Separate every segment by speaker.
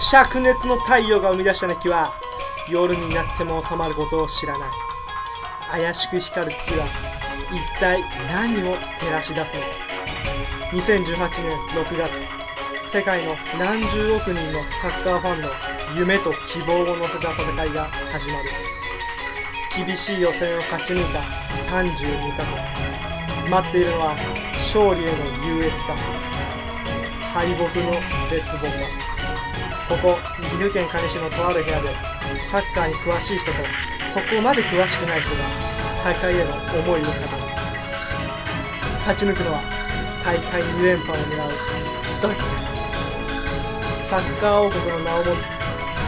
Speaker 1: 灼熱の太陽が生み出した熱気は夜になっても収まることを知らない怪しく光る月は一体何を照らし出すのか2018年6月世界の何十億人のサッカーファンの夢と希望を乗せた戦いが始まる厳しい予選を勝ち抜いた32カ国待っているのは勝利への優越感敗北の絶望感ここ岐阜県金市のとある部屋でサッカーに詳しい人とそこまで詳しくない人が大会への思いを語る勝ち抜くのは大会2連覇を狙うドイツかサッカー王国の名を持つ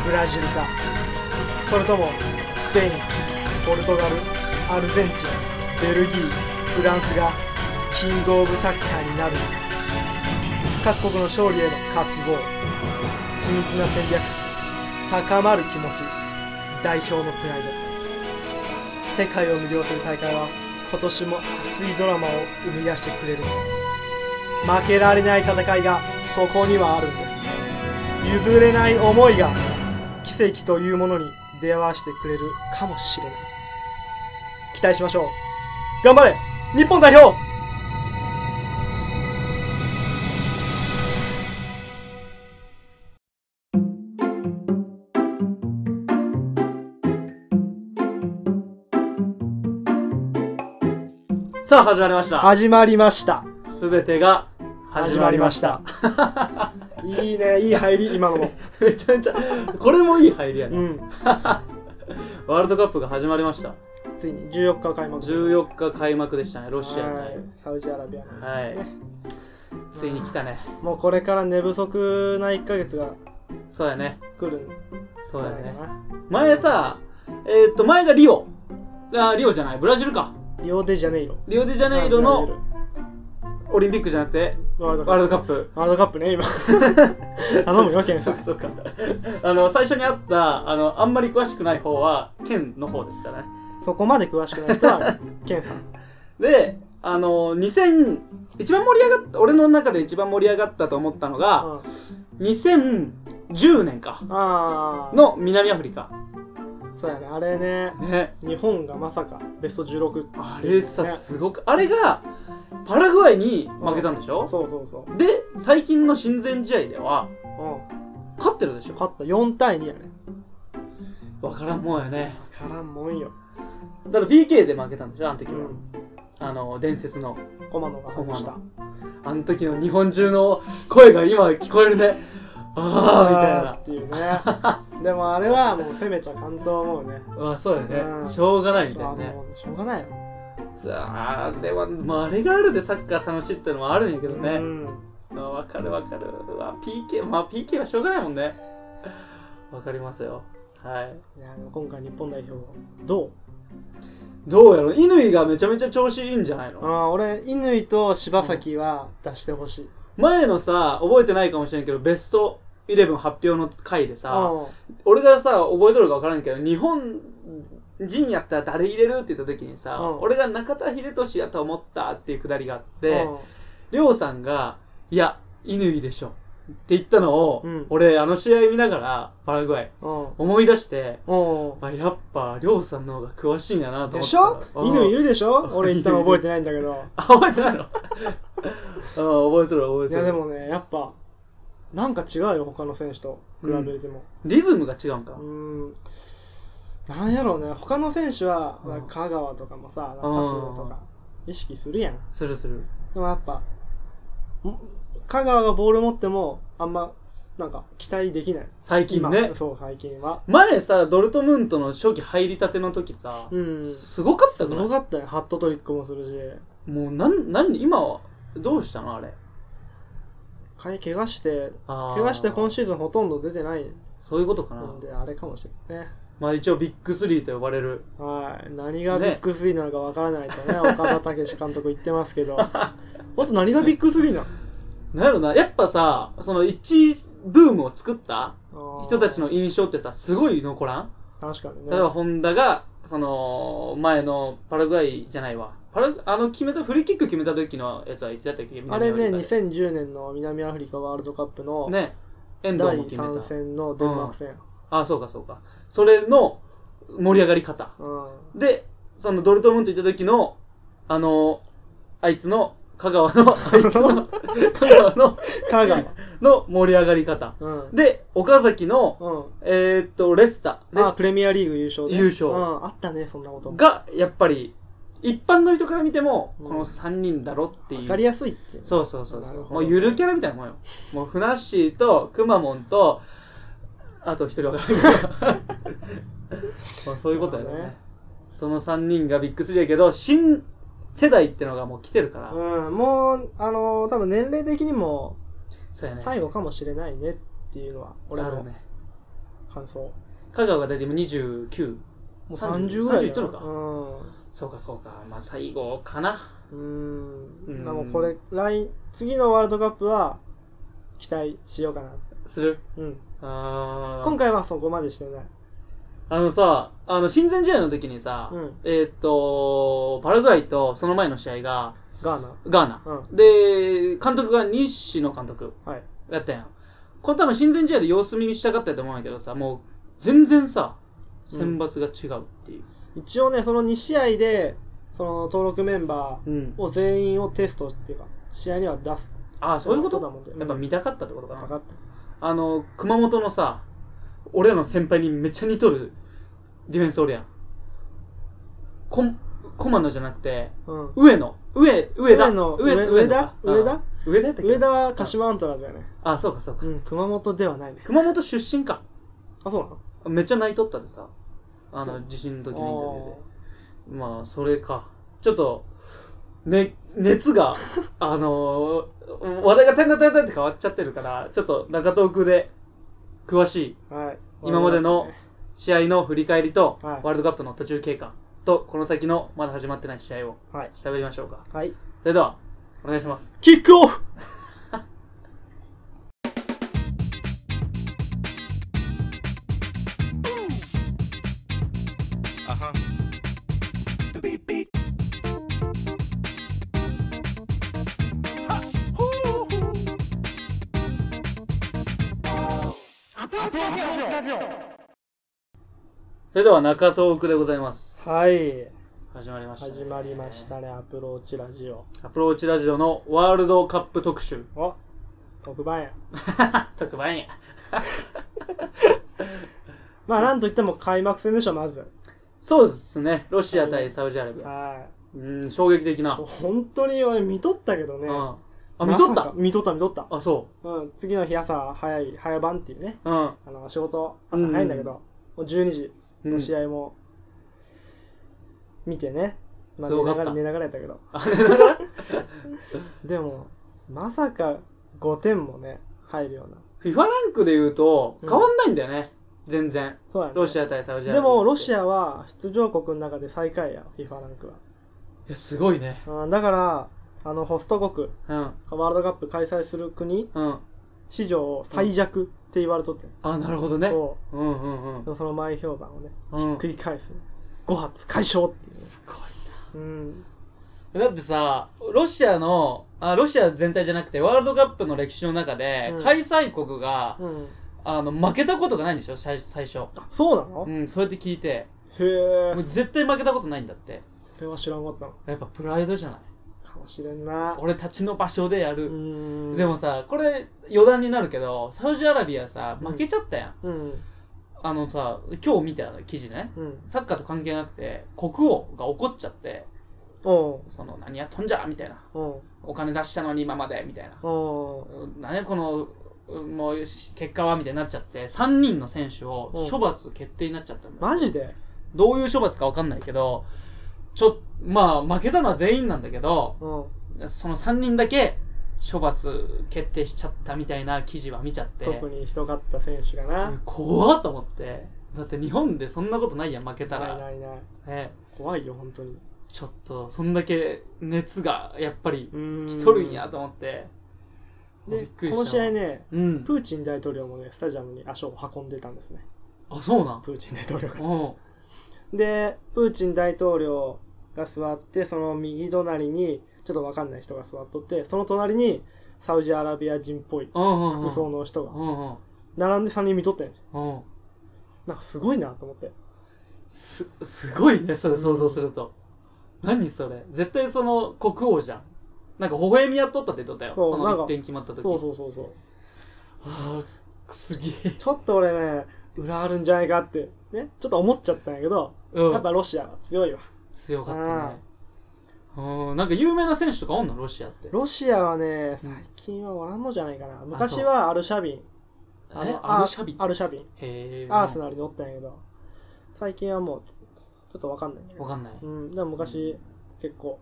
Speaker 1: ブラジルかそれともスペインポルトガルアルゼンチンベルギーフランスがキングオブサッカーになるのか各国の勝利への渇望緻密な戦略高まる気持ち代表のプライド世界を魅了する大会は今年も熱いドラマを生み出してくれる負けられない戦いがそこにはあるんです譲れない思いが奇跡というものに出会わせてくれるかもしれない期待しましょう頑張れ日本代表
Speaker 2: さあ始まりました
Speaker 1: 始まりました
Speaker 2: すべてが始まりました
Speaker 1: いいねいい入り今のも
Speaker 2: めちゃめちゃこれもいい入りやね
Speaker 1: うん
Speaker 2: ワールドカップが始まりました
Speaker 1: ついに14日開幕
Speaker 2: 14日開幕でしたねロシア対
Speaker 1: サウジアラビアの
Speaker 2: はい、ついに来たね
Speaker 1: もうこれから寝不足な1ヶ月が
Speaker 2: そうやね
Speaker 1: 来るん
Speaker 2: そう
Speaker 1: じ
Speaker 2: や
Speaker 1: ゃないか
Speaker 2: ね
Speaker 1: な、
Speaker 2: 前さえーっと前がリオあリオじゃないブラジルか
Speaker 1: リオデジャネイロ
Speaker 2: リオデジャネイロのオリンピックじゃなくて
Speaker 1: ワールドカ
Speaker 2: ワー
Speaker 1: ッ
Speaker 2: ルドカップ
Speaker 1: プワールドカップね今 頼むよケンさ
Speaker 2: そうんかそうかあの最初にあったあのあんまり詳しくない方は県の方ですからね
Speaker 1: そこまで詳しくない人 はケンさん
Speaker 2: であの2000一番盛り上がった俺の中で一番盛り上がったと思ったのが、
Speaker 1: あ
Speaker 2: 2010年か
Speaker 1: あー
Speaker 2: の南アフリカ
Speaker 1: そうやねあれね
Speaker 2: ね
Speaker 1: 日本がまさかベスト16
Speaker 2: あれさ
Speaker 1: ね
Speaker 2: すごくあれがパラグアイに負けたんでしょ、
Speaker 1: そうそうそう、
Speaker 2: で最近の親善試合では
Speaker 1: う
Speaker 2: 勝ってるでし
Speaker 1: ん、
Speaker 2: ょ
Speaker 1: 勝った4対2やね
Speaker 2: わからんもんやね
Speaker 1: わからんもんよ、
Speaker 2: だって PK で負けたんでしょあの時
Speaker 1: う
Speaker 2: は、
Speaker 1: ん、
Speaker 2: あの伝説の
Speaker 1: 駒野が外した
Speaker 2: あの時の日本中の声が今聞こえるねあ
Speaker 1: あ
Speaker 2: あ
Speaker 1: ーっていうね でもあれはもう攻めちゃかんと思うね
Speaker 2: みたいなあそうだよ
Speaker 1: う
Speaker 2: ね
Speaker 1: ん
Speaker 2: しょうがないみたい
Speaker 1: あ
Speaker 2: なね
Speaker 1: もうしょうがないよ
Speaker 2: あーでも、まあ、あれがあるでサッカー楽しいってのもあるんやけど
Speaker 1: う
Speaker 2: ね、
Speaker 1: ん
Speaker 2: あわかるわかるうわ PK まあ PK はしょうがないもんねわかりますよはい
Speaker 1: いやでも今回日本代表どう
Speaker 2: どうやろ乾がめちゃめちゃ調子いいんじゃないの
Speaker 1: あー俺乾と柴崎は出してほしい、
Speaker 2: 前のさ覚えてないかもしれんけどベスト11発表の回でさ
Speaker 1: あ
Speaker 2: 俺がさ覚えとるかわからんけど日本人やったら誰入れるって言った時にさ
Speaker 1: うん
Speaker 2: 俺が中田英寿やと思ったっていうくだりがあっ
Speaker 1: で
Speaker 2: てりょうさんが、いや、乾でしょ。って言ったのを、
Speaker 1: うん
Speaker 2: 俺、あの試合見ながら、パラグアイ、
Speaker 1: うんうん
Speaker 2: 思い出して、
Speaker 1: うん
Speaker 2: あ、やっぱ、りょうさんの方が詳しいんやなと思って。
Speaker 1: でしょ乾い
Speaker 2: る
Speaker 1: るでしょ
Speaker 2: うん
Speaker 1: 俺言ったの覚えてないんだけ ど
Speaker 2: あ、覚えてないのあ覚えてる覚え
Speaker 1: い
Speaker 2: てる。
Speaker 1: やでもねやっぱなんか違うよ他の選手と比べても
Speaker 2: リズムが違うんか
Speaker 1: う。んなんやろうね他の選手は
Speaker 2: うん
Speaker 1: 香川とかもさパスとか意識するやん
Speaker 2: するする。
Speaker 1: でもやっぱん香川がボール持ってもあんまなんか期待できない
Speaker 2: 最近ね
Speaker 1: 今。そう最近は
Speaker 2: 前さ、ドルトムントの初期入りたての時さ、
Speaker 1: うん
Speaker 2: すごかっ
Speaker 1: す
Speaker 2: たか
Speaker 1: ご
Speaker 2: ら。
Speaker 1: かったよハットトリックもするし
Speaker 2: もう、なん、なんで、今は、どうしたのあれ。
Speaker 1: 彼怪我して
Speaker 2: あー
Speaker 1: 怪我して今シーズンほとんど出てない
Speaker 2: そういうことかな。
Speaker 1: んであれかもしれないね
Speaker 2: まあ一応、ビッグスリーと呼ばれる。
Speaker 1: はい何がビッグスリーなのかわからないと ね岡田武史監督言ってますけどあと何がビッグスリーな
Speaker 2: なんやろな、やっぱさ、その一ブームを作った
Speaker 1: の
Speaker 2: 人たち
Speaker 1: の
Speaker 2: の印象ってさ、すごい残らん、
Speaker 1: 確かにね
Speaker 2: 例えば、ホンダが、その、前のパラグアイじゃないわ。パラあの、決めた、フリーキック決めた時のやつはいつやったっけ
Speaker 1: あれね
Speaker 2: 南アフリカで
Speaker 1: 2010年の南アフリカワールドカップの
Speaker 2: ね。遠藤も
Speaker 1: 第
Speaker 2: 決め
Speaker 1: 3
Speaker 2: た。
Speaker 1: 戦のデンマーク戦、
Speaker 2: あ、そうかそうか。それの盛り上がり方。
Speaker 1: うん
Speaker 2: で、そのドルトムント行った時の、あの、あいつの、香川の、あいつの、香川の、
Speaker 1: 香川、
Speaker 2: の盛り上がり方。
Speaker 1: うんうん
Speaker 2: で、岡崎の、えーっと、レスタ、レ
Speaker 1: まあ、
Speaker 2: ス
Speaker 1: プレミアリーグ優勝で
Speaker 2: 優勝
Speaker 1: うん、あったねそんなことも
Speaker 2: が、やっぱり、一般の人から見ても、
Speaker 1: うん
Speaker 2: この3人だろってい
Speaker 1: 分
Speaker 2: う。
Speaker 1: かりやすいっていう
Speaker 2: そうそうそう
Speaker 1: な
Speaker 2: そ
Speaker 1: る
Speaker 2: う。
Speaker 1: ほど
Speaker 2: もうゆるキャラみたいなもんよ。もう、ふなっしーと、くまモンと、あと一人わ からないけどまあそういうことやね
Speaker 1: なるほどね
Speaker 2: その3人がビッグスリーやけど、新世代ってのがもう来てるから、
Speaker 1: うん、もうあのー多分年齢的にも
Speaker 2: そうやね。
Speaker 1: 最後かもしれないねっていうのは俺
Speaker 2: ある
Speaker 1: の
Speaker 2: ね。
Speaker 1: 感想、
Speaker 2: 香川が大体今29。
Speaker 1: もう
Speaker 2: 30
Speaker 1: 30ぐらい
Speaker 2: 30いっとるか
Speaker 1: うん
Speaker 2: そうかそうか。まあ最後かな。
Speaker 1: うーん
Speaker 2: うん
Speaker 1: でもこれ来次のワールドカップは期待しようかな、
Speaker 2: する
Speaker 1: うん、
Speaker 2: あー
Speaker 1: 今回はそこまでしてない、
Speaker 2: あのさ、あの、親善試合の時にさ、
Speaker 1: うん
Speaker 2: えーっと、パラグアイとその前の試合が、
Speaker 1: ガーナ
Speaker 2: ガーナ。
Speaker 1: うん
Speaker 2: で、監督が西野監督
Speaker 1: はい
Speaker 2: やったやん。これ多分親善試合で様子見したかったと思うんやけどさ、もう全然さ、選抜が違うっていう。
Speaker 1: 一応ねその2試合でその登録メンバ
Speaker 2: うん
Speaker 1: ー。を全員をテストっていうか試合には出す
Speaker 2: ああ、そういうこと
Speaker 1: だもんで
Speaker 2: やっぱ見たかったってことかな。
Speaker 1: 分かった
Speaker 2: あの、熊本のさ、俺らの先輩にめっちゃ似とるディフェンスおるやん。コン、コマンドじゃなくて、
Speaker 1: うん
Speaker 2: 上野。上、上田。
Speaker 1: 上野上
Speaker 2: 上上野
Speaker 1: 田
Speaker 2: かうん
Speaker 1: 上田
Speaker 2: 上田やったっけ
Speaker 1: 上田は柏アントラーズだよね
Speaker 2: あ、そうかそうか。
Speaker 1: うん熊本ではないね
Speaker 2: 熊本出身か。
Speaker 1: あそうなの
Speaker 2: めっちゃ泣いとったでさ。あ
Speaker 1: そ
Speaker 2: の
Speaker 1: う、
Speaker 2: 地震の時のインタビューで。まあ、それか。ちょっと、ね、熱が、あのー話題がてんだてんだって変わっちゃってるから、ちょっと中東区で詳しい
Speaker 1: あーはい
Speaker 2: 今までの試合の振り返りと、
Speaker 1: はい
Speaker 2: ワールドカップの途中経過と、この先のまだ始まってない試合を
Speaker 1: はい
Speaker 2: 喋りましょうか。
Speaker 1: はい
Speaker 2: それでは、お願いします。
Speaker 1: キックオフ
Speaker 2: それでは、中東区でございます。
Speaker 1: はい
Speaker 2: 始まりましたね、
Speaker 1: 始まりましたねアプローチラジオ
Speaker 2: アプローチラジオのワールドカップ特集。
Speaker 1: お特番や
Speaker 2: 特番や。
Speaker 1: まあなんといっても開幕戦でしょまず
Speaker 2: そうですね。ロシア対サウジアラビア。
Speaker 1: は
Speaker 2: うん、衝撃的
Speaker 1: い
Speaker 2: な。
Speaker 1: そう本当に俺見とったけど
Speaker 2: う
Speaker 1: ね
Speaker 2: ん。あ、見とっ
Speaker 1: まさ
Speaker 2: た
Speaker 1: か見とった見とった
Speaker 2: あ、そ
Speaker 1: うん次の日朝早い早番っていうね
Speaker 2: う。うん。
Speaker 1: あの仕事朝早いんだけど、もう12時
Speaker 2: う
Speaker 1: の
Speaker 2: ん、
Speaker 1: 試合も見てね、まあ、
Speaker 2: す
Speaker 1: 寝
Speaker 2: ごか
Speaker 1: な
Speaker 2: っ
Speaker 1: が
Speaker 2: た
Speaker 1: ら寝ながらやったけど でもまさか5点もね入るような
Speaker 2: FIFA ランクで言うと、
Speaker 1: うん
Speaker 2: 変わんないんだよね。全然。
Speaker 1: そうだね
Speaker 2: ロシア対サウジアラビア。
Speaker 1: でもロシアは出場国の中で最下位や FIFA ランクは
Speaker 2: ア。すごいね。
Speaker 1: うんだからあのホスト国
Speaker 2: うん。
Speaker 1: ワールドカップ開催する国
Speaker 2: うん。
Speaker 1: 史上最弱って言われとって、
Speaker 2: あ、なるほどね。
Speaker 1: そ
Speaker 2: うんうんうん
Speaker 1: うで。もその前評判をね
Speaker 2: うん
Speaker 1: 繰り返す5発解消っていうね、
Speaker 2: すごい
Speaker 1: うん
Speaker 2: な。だってさ、ロシアの、あ、ロシア全体じゃなくて、ワールドカップの歴史の中で、
Speaker 1: うん
Speaker 2: 開催国が、
Speaker 1: うん、
Speaker 2: あの、負けたことがないんでしょ最最初。
Speaker 1: あそうなの、
Speaker 2: うん、そうやって聞いて。
Speaker 1: へえ
Speaker 2: もう絶対負けたことないんだって。
Speaker 1: それは知らんかったの
Speaker 2: やっぱプライドじゃない
Speaker 1: かもしれんな
Speaker 2: 俺たちの場所でや
Speaker 1: う
Speaker 2: る。
Speaker 1: ーん
Speaker 2: でもさ、これ余談になるけど、サウジアラビアさ、負けちゃったやん。
Speaker 1: うん
Speaker 2: あのさ、今日見た記事ね。
Speaker 1: うん
Speaker 2: サッカーと関係なくて、国王が怒っちゃって、
Speaker 1: おう
Speaker 2: その、何やっとんじゃみたいな。
Speaker 1: おう
Speaker 2: お金出したのに今までみたいな。
Speaker 1: おう
Speaker 2: 何やこのうんもうし結果はみたいになっちゃって3人の選手を処罰決定になっちゃったんだよ
Speaker 1: マジで
Speaker 2: どういう処罰か分かんないけどちょまあ負けたのは全員なんだけど
Speaker 1: うん
Speaker 2: その3人だけ処罰決定しちゃったみたいな記事は見ちゃって
Speaker 1: 特にひどかった選手がな、
Speaker 2: うん怖っと思ってだって日本でそんなことないやん負けた
Speaker 1: ない
Speaker 2: ら、
Speaker 1: ないない
Speaker 2: ね、
Speaker 1: 怖いよ本当に
Speaker 2: ちょっとそんだけ熱がやっぱり
Speaker 1: うん
Speaker 2: 来とるんやと思ってび
Speaker 1: で
Speaker 2: っくりした
Speaker 1: この試合ね
Speaker 2: うん
Speaker 1: プーチン大統領もねスタジアムに足を運んでたんですね
Speaker 2: あそうなん
Speaker 1: プーチン大統領が
Speaker 2: うん
Speaker 1: でプーチン大統領が座ってその右隣にちょっとわかんない人が座っとってその隣にサウジアラビア人っぽい
Speaker 2: うんうんうん
Speaker 1: 服装の人が
Speaker 2: うんうん
Speaker 1: 並んで3人見とったんやん
Speaker 2: うん。
Speaker 1: なんかすごいなと思って
Speaker 2: す、すごいね、それ想像すると。何それ絶対その国王じゃん。なんか微笑みやっとったって言っとったよ。
Speaker 1: そう
Speaker 2: そ
Speaker 1: なんか
Speaker 2: の一点決まった時。
Speaker 1: そうそうそうそう
Speaker 2: ああ、すげえ。
Speaker 1: ちょっと俺ね裏あるんじゃないかってねちょっと思っちゃったんやけど、
Speaker 2: う
Speaker 1: やっ
Speaker 2: ん。
Speaker 1: ぱロシアは強いわ
Speaker 2: 強かったね。うん。なんか有名な選手とかおんのロシアって。
Speaker 1: ロシアはね
Speaker 2: うん
Speaker 1: 最近はおらんのじゃないかな昔はアルシャビンあ
Speaker 2: え
Speaker 1: の
Speaker 2: アルシャビ
Speaker 1: アルシャビン
Speaker 2: へえ。
Speaker 1: アーセナルにおったんやけど最近はもうちょっとわかんないんだけど
Speaker 2: わかんない。
Speaker 1: うん、でも昔、結構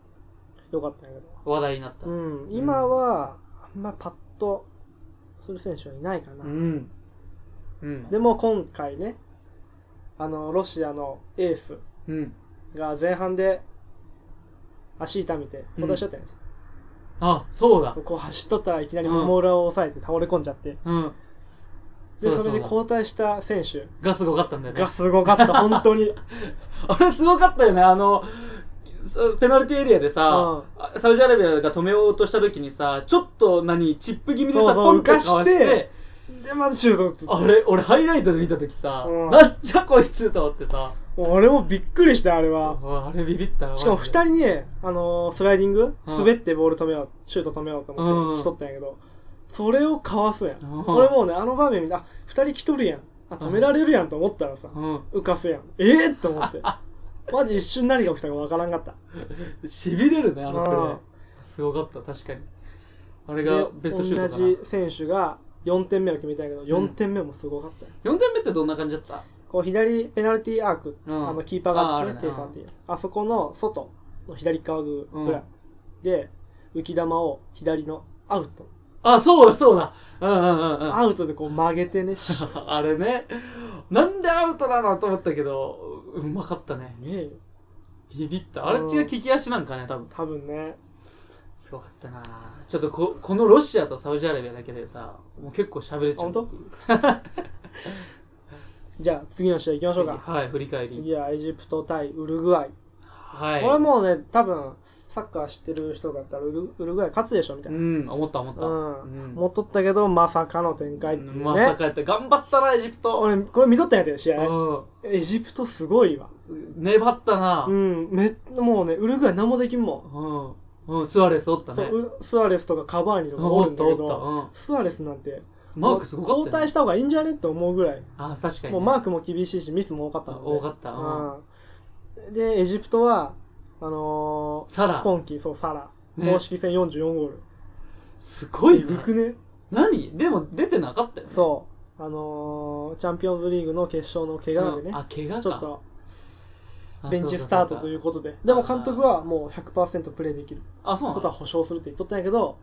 Speaker 1: 良かったんやけ
Speaker 2: 話題になった。
Speaker 1: ど、うん、今はあんまパッとする選手はいないかな、
Speaker 2: うん。うん。
Speaker 1: でも今回ねあのロシアのエース
Speaker 2: うん。
Speaker 1: が前半で足痛めて交代しちゃったんやつ、
Speaker 2: あ、そうだ。
Speaker 1: こう走っとったらいきなり
Speaker 2: うん
Speaker 1: もも裏を押さえて倒れ込んじゃって、
Speaker 2: うん。
Speaker 1: で
Speaker 2: そうだ
Speaker 1: それで
Speaker 2: そうだ
Speaker 1: 交代した選手
Speaker 2: がすごかったんだよね
Speaker 1: が。すごかった本当 に
Speaker 2: あれすごかったよね、あの、そペナルティーエリアでさ、あサウジアラビアが止めようとした時にさ、ちょっと何、チップ気味で
Speaker 1: そ
Speaker 2: さ、
Speaker 1: うそう
Speaker 2: ポンってかわ
Speaker 1: 浮か
Speaker 2: し
Speaker 1: して
Speaker 2: て、
Speaker 1: でまずシュート打つ
Speaker 2: あれ、俺ハイライトで見た時さ、
Speaker 1: うん
Speaker 2: なんじゃこいつと思ってさ、
Speaker 1: もう俺もびっくりしたあれは、
Speaker 2: あれビビったな。
Speaker 1: しかも
Speaker 2: マ
Speaker 1: 二
Speaker 2: ジで
Speaker 1: 人ね、あのースライディング、
Speaker 2: うん
Speaker 1: 滑ってボール止めよう、シュート止めようと思って
Speaker 2: うん
Speaker 1: しとったんやけど、それをかわすやん。
Speaker 2: うん
Speaker 1: 俺もうね、あの場面見て、あ、二人来とるやん。あ、止められるやんと思ったらさ、浮かすやん。ええと思って。マジ一瞬何が起きたかわからんかった。
Speaker 2: うん。痺れるね、あのプレ
Speaker 1: うん
Speaker 2: ー。すごかった、確かに。あれがベストシュートかな。
Speaker 1: 同じ選手が4点目を決めたんやけど、4点目もすごかったよ。
Speaker 2: 4点目ってどんな感じだった
Speaker 1: こう左ペナルティーアーク、
Speaker 2: うん
Speaker 1: あのキーパーがあって、
Speaker 2: ああ
Speaker 1: ね、
Speaker 2: る
Speaker 1: テ
Speaker 2: ね
Speaker 1: イさんっていうあそこの外の左側ぐらい、で浮き球を左のアウト
Speaker 2: あ、そうだ、そうだ。うんうんうんうん。
Speaker 1: アウトでこう曲げてね、し
Speaker 2: あれね、なんでアウトなのと思ったけど、うまかったね。
Speaker 1: ねえ、
Speaker 2: ビビった。あれ違う
Speaker 1: うん
Speaker 2: 利き足なんかね、多分。
Speaker 1: 多分ね。
Speaker 2: すごかったなちょっとこ、このロシアとサウジアラビアだけでさ、もう結構喋れちゃうっていう。
Speaker 1: じゃあ次の試合行きましょうか。
Speaker 2: はい、振り返り。
Speaker 1: 次はエジプト対ウルグアイ。
Speaker 2: はい。
Speaker 1: これもうね、多分サッカー知ってる人だったらウルウルグアイ勝つでしょみたいうな。
Speaker 2: ん、思った思った。
Speaker 1: うん
Speaker 2: うん
Speaker 1: 持っとったけど、まさかの展開っていうね。
Speaker 2: まさかやって、頑張ったな、エジプト。
Speaker 1: 俺、これ見とったんやで、試合。
Speaker 2: う
Speaker 1: エジプトすごいわ。
Speaker 2: ん。粘ったな
Speaker 1: う。ん、めもうね、ウルグアイ何もできんもん。
Speaker 2: うん。うん、スアレスおった
Speaker 1: そ
Speaker 2: ね。
Speaker 1: うウスアレスとかカバーニと
Speaker 2: うん
Speaker 1: かお
Speaker 2: お
Speaker 1: る
Speaker 2: っ
Speaker 1: ん
Speaker 2: た
Speaker 1: だけ
Speaker 2: おった。
Speaker 1: ど、
Speaker 2: うん。
Speaker 1: スアレスなんて、
Speaker 2: マークすごかった、ね。
Speaker 1: 交代した方がいいんじゃねって思うぐらい。
Speaker 2: あ、確かに
Speaker 1: も
Speaker 2: ね、
Speaker 1: うマークも厳しいし、ミスも多かった
Speaker 2: あ
Speaker 1: ので。
Speaker 2: 多かった。うん。
Speaker 1: うんで、エジプトは、あの
Speaker 2: サ
Speaker 1: ー
Speaker 2: ラ。
Speaker 1: 今季、そう、サラ。
Speaker 2: ね
Speaker 1: 公式戦44ゴール。
Speaker 2: すご
Speaker 1: え
Speaker 2: いね
Speaker 1: ぐ。くね
Speaker 2: 何でも出てなかったよね。
Speaker 1: そう。あのーチャンピオンズリーグの決勝の怪我で
Speaker 2: うん
Speaker 1: ね、
Speaker 2: あ、怪我か。
Speaker 1: ちょっと
Speaker 2: あ。
Speaker 1: ベンチスタートといううことで。でも監督はもう100%プレーできる
Speaker 2: あ、そう
Speaker 1: こ
Speaker 2: なん
Speaker 1: とは
Speaker 2: だ。
Speaker 1: 保証するって言っとったんやけど、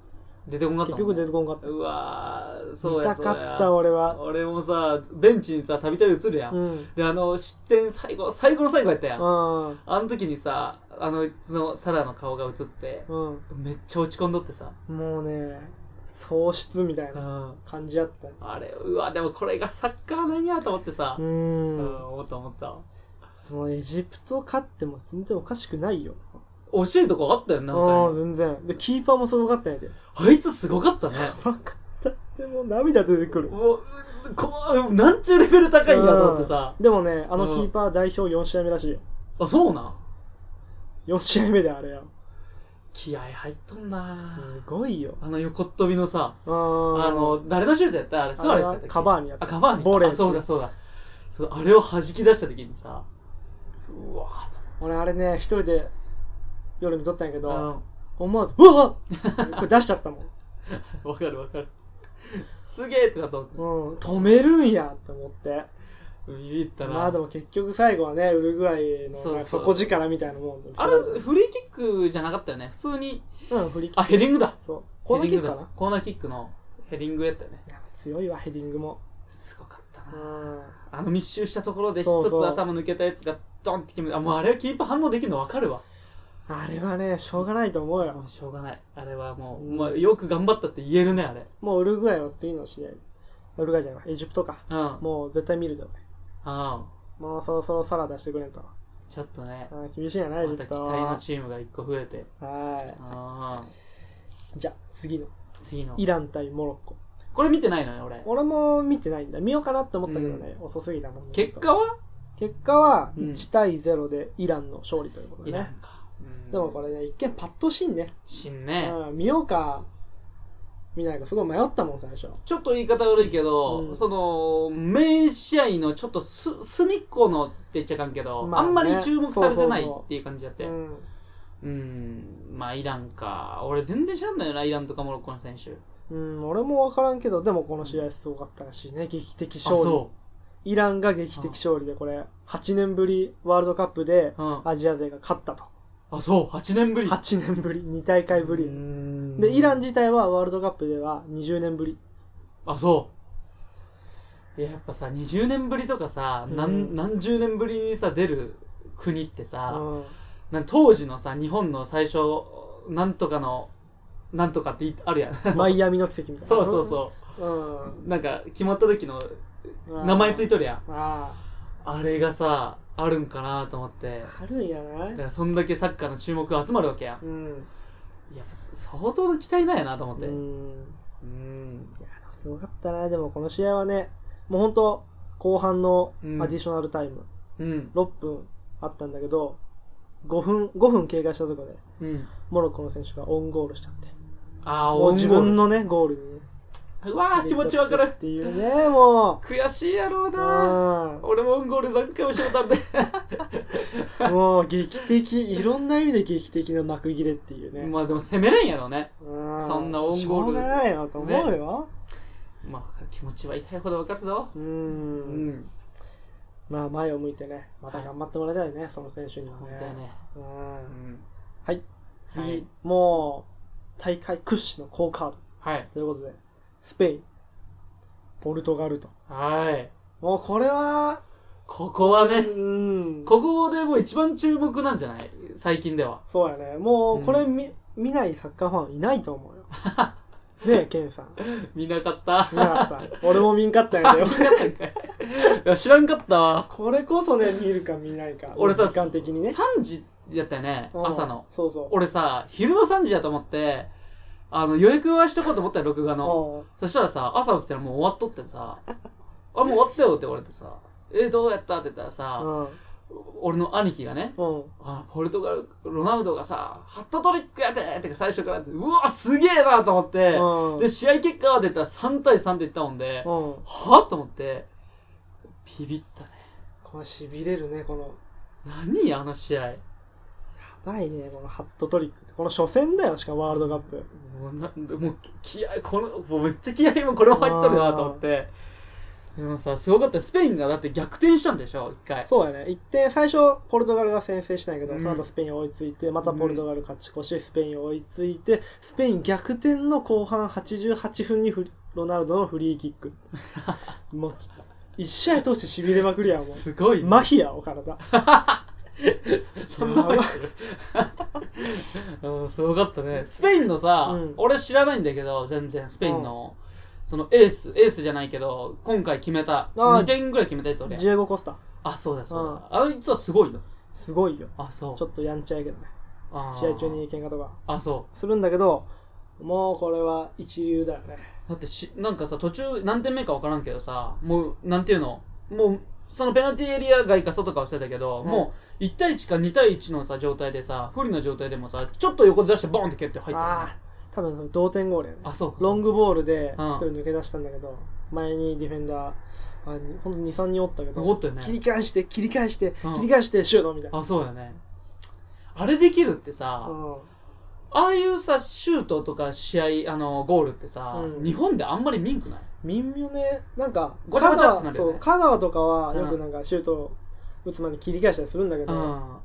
Speaker 2: 出てこんかった
Speaker 1: 結
Speaker 2: もんね。
Speaker 1: 局出てこんかった。
Speaker 2: うわー、そ
Speaker 1: 見
Speaker 2: うや
Speaker 1: た
Speaker 2: そうや。
Speaker 1: かった、俺は。
Speaker 2: 俺もさ、ベンチにさ、たびたび映るやん。
Speaker 1: うん。
Speaker 2: で、あの、失点最後、最後の最後やったやん。
Speaker 1: うん。
Speaker 2: あの時にさ、あの、その、サラの顔が映って、
Speaker 1: うん。
Speaker 2: めっちゃ落ち込んどってさ。。
Speaker 1: もうね、喪失みたいうなん感じやった。
Speaker 2: あれ、うわ、でもこれがサッカーなんやと思ってさ
Speaker 1: う。。
Speaker 2: うんん、思った思った。
Speaker 1: でもエジプト勝っても全然おかしくないよ。
Speaker 2: 惜しいとこあったよ、なん
Speaker 1: ああ、
Speaker 2: かね。
Speaker 1: 全然。で、キーパーもすごかったんやで。
Speaker 2: あいつすごかったね。
Speaker 1: 分かった。でも涙出てくる。
Speaker 2: もう、こう、なんちゅうレベル高いんだと思ってさ。
Speaker 1: でもね、あの
Speaker 2: うん
Speaker 1: キーパー代表4試合目らしいよ。
Speaker 2: あ、そうなん。
Speaker 1: 4試合目であれや。
Speaker 2: 気合入っとんな
Speaker 1: すごいよ。
Speaker 2: あの横っ飛びのさ、
Speaker 1: あ
Speaker 2: あ
Speaker 1: ー
Speaker 2: の、誰のシュートやったあれ、スアレスやったっ
Speaker 1: あれ
Speaker 2: け
Speaker 1: はカバーニやった
Speaker 2: あ、カバーニ
Speaker 1: ボレー
Speaker 2: あ、そうだそうだ。そうあれを弾き出した時にさ、うわーと
Speaker 1: 俺あれね、一人で夜見とったんやけど、
Speaker 2: 思って
Speaker 1: 思わず、うわっこれ出しちゃったもん。
Speaker 2: うんわかるわかる。すげえってなと思って
Speaker 1: うん、止めるんやって思って。
Speaker 2: ビビったな。
Speaker 1: まあでも結局最後はねウルグアイの
Speaker 2: そう
Speaker 1: なんか
Speaker 2: そう
Speaker 1: 底力みたいなもんで
Speaker 2: あれ、フリーキックじゃなかったよね。普通に、
Speaker 1: うん振り切
Speaker 2: あ、ヘディングだ。
Speaker 1: そうコーナーキックかな
Speaker 2: ヘディングだコーナーキックのヘディングやったよね。
Speaker 1: いや強いわヘディングも
Speaker 2: すごかった
Speaker 1: う
Speaker 2: な。
Speaker 1: ん
Speaker 2: あの密集したところで
Speaker 1: そ
Speaker 2: 一
Speaker 1: うそう
Speaker 2: つ頭抜けたやつがドンって決めた。あ、もうあれはキーパー反応できるの分かるわ。
Speaker 1: あれはねしょうがないと思う
Speaker 2: も
Speaker 1: よ
Speaker 2: うしょうがない。あれはもう、
Speaker 1: うん
Speaker 2: まあ、よく頑張ったって言えるね、あれ。
Speaker 1: もうウルグアイは次の試合ウルグアイじゃないエジプトか
Speaker 2: うん。あ
Speaker 1: もう絶対見るで
Speaker 2: あ。
Speaker 1: もうそろそろサラ出してくれんと
Speaker 2: ちょっとね、
Speaker 1: うん厳しいんやな
Speaker 2: ま
Speaker 1: エジ
Speaker 2: た
Speaker 1: プ
Speaker 2: 期
Speaker 1: ト
Speaker 2: 待のチームが一個増えて。
Speaker 1: は
Speaker 2: ああ。
Speaker 1: いじゃあ次の
Speaker 2: 次の。
Speaker 1: イラン対モロッコ
Speaker 2: これ見てないのよ、俺。
Speaker 1: 俺も見てないんだ見ようかなって思ったけどね、遅すぎたもんね
Speaker 2: 結果は
Speaker 1: 結果は
Speaker 2: うん
Speaker 1: 1対0でイランの勝利ということ
Speaker 2: イ
Speaker 1: で
Speaker 2: ラン
Speaker 1: ね、
Speaker 2: か。
Speaker 1: でもこ
Speaker 2: れ。
Speaker 1: れね一見パッとしんね、
Speaker 2: しんね。
Speaker 1: うん、見ようか見ないかすごい迷ったもん最初
Speaker 2: ちょっと言い方悪いけど、
Speaker 1: うん
Speaker 2: その、名試合のちょっとす隅っこのって言っちゃいかんけど、
Speaker 1: まあ
Speaker 2: あ
Speaker 1: ね
Speaker 2: んまり注目されてない
Speaker 1: そうそうそう
Speaker 2: っていう感じやって。
Speaker 1: う
Speaker 2: うんまあイランか。俺全然知らんのよな、イランとかモロッコの選手。
Speaker 1: うん、俺も分からんけどでもこの試合すごかったらしいね劇的
Speaker 2: あ、
Speaker 1: 勝利
Speaker 2: そ
Speaker 1: イランが劇的勝利でこれ8年ぶりワールドカップで
Speaker 2: う。うん。
Speaker 1: アジア勢が勝ったと
Speaker 2: あ、そう。8年ぶり。
Speaker 1: 8年ぶり2大会ぶ
Speaker 2: う
Speaker 1: り
Speaker 2: ん
Speaker 1: でイラン自体はワールドカップでは20年ぶり
Speaker 2: あ、そう。いや、やっぱさ、20年ぶりとかさ、
Speaker 1: うん
Speaker 2: 何何十年ぶりにさ、出る国って
Speaker 1: う
Speaker 2: さ、
Speaker 1: ん
Speaker 2: なん当時のさ、日本の最初、なんとかの、なんとかっていあ るやん。
Speaker 1: マイアミの奇跡みたいな
Speaker 2: そうそうそう。
Speaker 1: う、うん、
Speaker 2: なんか決まった時の名前つい
Speaker 1: て
Speaker 2: とるやん
Speaker 1: あ
Speaker 2: あれがさあるんかなと思って
Speaker 1: ああるんやな
Speaker 2: だ
Speaker 1: い
Speaker 2: からそんだけサッカーの注目が集まるわけや
Speaker 1: うん
Speaker 2: んやっぱ相当の期待なんやなと思って
Speaker 1: う
Speaker 2: うんーん
Speaker 1: いやすごかったなでもこの試合はねもう本当後半のアディショナルタイム、
Speaker 2: うん
Speaker 1: 6分あったんだけど5分5分経過したところで
Speaker 2: うん
Speaker 1: モロッコの選手がオウンゴールしちゃって
Speaker 2: ああ
Speaker 1: もう自分
Speaker 2: の
Speaker 1: のねゴールにね
Speaker 2: うわあ気持ちわ
Speaker 1: 入
Speaker 2: か
Speaker 1: れゃっ
Speaker 2: る
Speaker 1: てっていうねも
Speaker 2: 悔しいやろう
Speaker 1: う
Speaker 2: な
Speaker 1: う
Speaker 2: 俺もオウンゴール3回もしてたんで
Speaker 1: んもう劇的いろんな意味で劇的な幕切れっていうね、
Speaker 2: まあでも攻めれんやろうね
Speaker 1: う
Speaker 2: そんなオウンゴール
Speaker 1: しょうがないよと思うよ、
Speaker 2: まあ気持ちは痛いほどわかるぞ
Speaker 1: う
Speaker 2: うんん
Speaker 1: まあ前を向いてねまた頑張ってもらいたいねその選手にも
Speaker 2: 本
Speaker 1: ね
Speaker 2: 当やね
Speaker 1: うん
Speaker 2: うん
Speaker 1: はい次、
Speaker 2: はい
Speaker 1: もう大会屈指の好カード
Speaker 2: はい
Speaker 1: ということでスペインポルトガルと
Speaker 2: はい
Speaker 1: もうこれは、
Speaker 2: ここは
Speaker 1: う
Speaker 2: ね
Speaker 1: ん、
Speaker 2: ここでもう一番注目なんじゃない最近では。
Speaker 1: そうやね。もうこれ見,、見ないサッカーファンいないと思うよ。ねえ、ケンさん。
Speaker 2: 見なかった。
Speaker 1: 見なかった。俺も見んかったんやけど。
Speaker 2: いや、知らんかったわ。
Speaker 1: これこそね、見るか見ないか。
Speaker 2: 俺さ、
Speaker 1: 時間的にね。
Speaker 2: 3時やったよね、
Speaker 1: うん
Speaker 2: 朝の。。
Speaker 1: そうそう。
Speaker 2: 俺さ、昼の3時やと思って、あの、予約はしとこうと思ったよ、録画の。
Speaker 1: うん
Speaker 2: そしたらさ、朝起きたらもう終わっとっ てさ、あ、もう終わったよって言われてさ、え、どうやったって言ったら
Speaker 1: う
Speaker 2: さ、
Speaker 1: ん。
Speaker 2: 俺の兄貴がね、
Speaker 1: うん。
Speaker 2: あポルトガル、ロナウドがさ、ハットトリックやでってか最初からやって、うわ、すげえなと思って、
Speaker 1: うん。
Speaker 2: で、試合結果は出たら3対3でいったもんで、
Speaker 1: うん。
Speaker 2: はぁと思って、ビビったね。
Speaker 1: これ痺れるね、この。
Speaker 2: 何あの試合。
Speaker 1: やばいね、このハットトリックって。この初戦だよ、しかもワールドカップ。
Speaker 2: もうなんもう気合い、この、もうめっちゃ気合いもこれも入っとるなと思って。でもさ、すごかったよ。スペインがだって逆転したんでしょ、一回。
Speaker 1: そうやね。一点、最初、ポルトガルが先制したんやけど、
Speaker 2: うん
Speaker 1: その後スペイン追いついて、またポルトガル勝ち越し、スペイン追いついて、スペイン逆転の後半88分にフリロナウドのフリーキック。 もう、一試合通して痺れまくりやんもう。
Speaker 2: すごいね。
Speaker 1: 麻痺や、お体。
Speaker 2: そんなことする うんすごかったね。スペインのさ、
Speaker 1: うん
Speaker 2: 俺知らないんだけど、全然、スペインの、そのエース、エースじゃないけど、今回決めた、
Speaker 1: あ
Speaker 2: 2点ぐらい決めたやつ俺。
Speaker 1: ジエゴ・コスタ。
Speaker 2: あ、そうだそうだ。あいつはすごいの。
Speaker 1: すごいよ。
Speaker 2: あ、そう。
Speaker 1: ちょっとやんちゃやけどね。
Speaker 2: あー
Speaker 1: 試合中に喧嘩とか
Speaker 2: あそ
Speaker 1: するんだけど、もうこれは一流だよね。
Speaker 2: うだってしなんかさ途中何点目か分からんけどさもうなんていうのもうそのペナルティーエリア外か外かしてたけど、
Speaker 1: うん
Speaker 2: もう1対1か2対1のさ状態でさ不利な状態でもさちょっと横ずらしてボンって蹴って入ったよ
Speaker 1: あ
Speaker 2: ね
Speaker 1: あ、多分同点ゴールやね。
Speaker 2: あそうか
Speaker 1: ロングボールで
Speaker 2: うん
Speaker 1: 一人抜け出したんだけど、前にディフェンダー、あにほんと2、3人おったけ
Speaker 2: お
Speaker 1: ど、
Speaker 2: ったよね
Speaker 1: 切り返して、切り返して、
Speaker 2: うん
Speaker 1: 切り返して、シュートみたいな。
Speaker 2: あそうだよねあれできるってさ、
Speaker 1: うん
Speaker 2: ああいうさシュートとか試合あのゴールってさ、
Speaker 1: うん
Speaker 2: 日本であんまり見んくない
Speaker 1: 民妙ね、なんか、
Speaker 2: ごちゃごちゃってなるよ
Speaker 1: そ
Speaker 2: ね
Speaker 1: う、香川とかは
Speaker 2: うん
Speaker 1: よくなんかシュートを打つ前に切り返したりするんだけ
Speaker 2: う
Speaker 1: ど、
Speaker 2: ん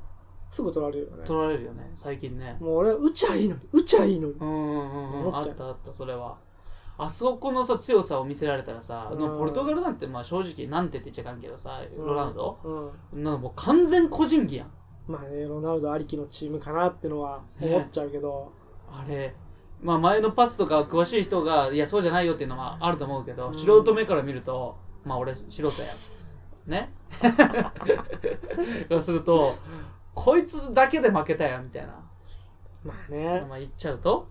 Speaker 1: すぐ取られるよね。
Speaker 2: 取られるよね最近ね
Speaker 1: もう俺、打ちゃいいのに、打ちゃいいのに。
Speaker 2: うんうんうんうん
Speaker 1: 思
Speaker 2: あ
Speaker 1: っちゃ
Speaker 2: っ
Speaker 1: う
Speaker 2: たあったそれはあそこのさ強さを見せられたらさ、
Speaker 1: うん
Speaker 2: ポルトガルなんてまあ正直なんてって言っちゃいかんけどさロナウド、
Speaker 1: うん
Speaker 2: なんかもう完全個人技やん
Speaker 1: まあね、ロナウドありきのチームかなってのは思っちゃうけど、
Speaker 2: あれまあ前のパスとか詳しい人がいやそうじゃないよっていうのはあると思うけど、
Speaker 1: うん
Speaker 2: 素人目から見るとまあ俺素人や ねそうするとこいつだけで負けたやんみたいな、
Speaker 1: まあね、
Speaker 2: まあ言っちゃうと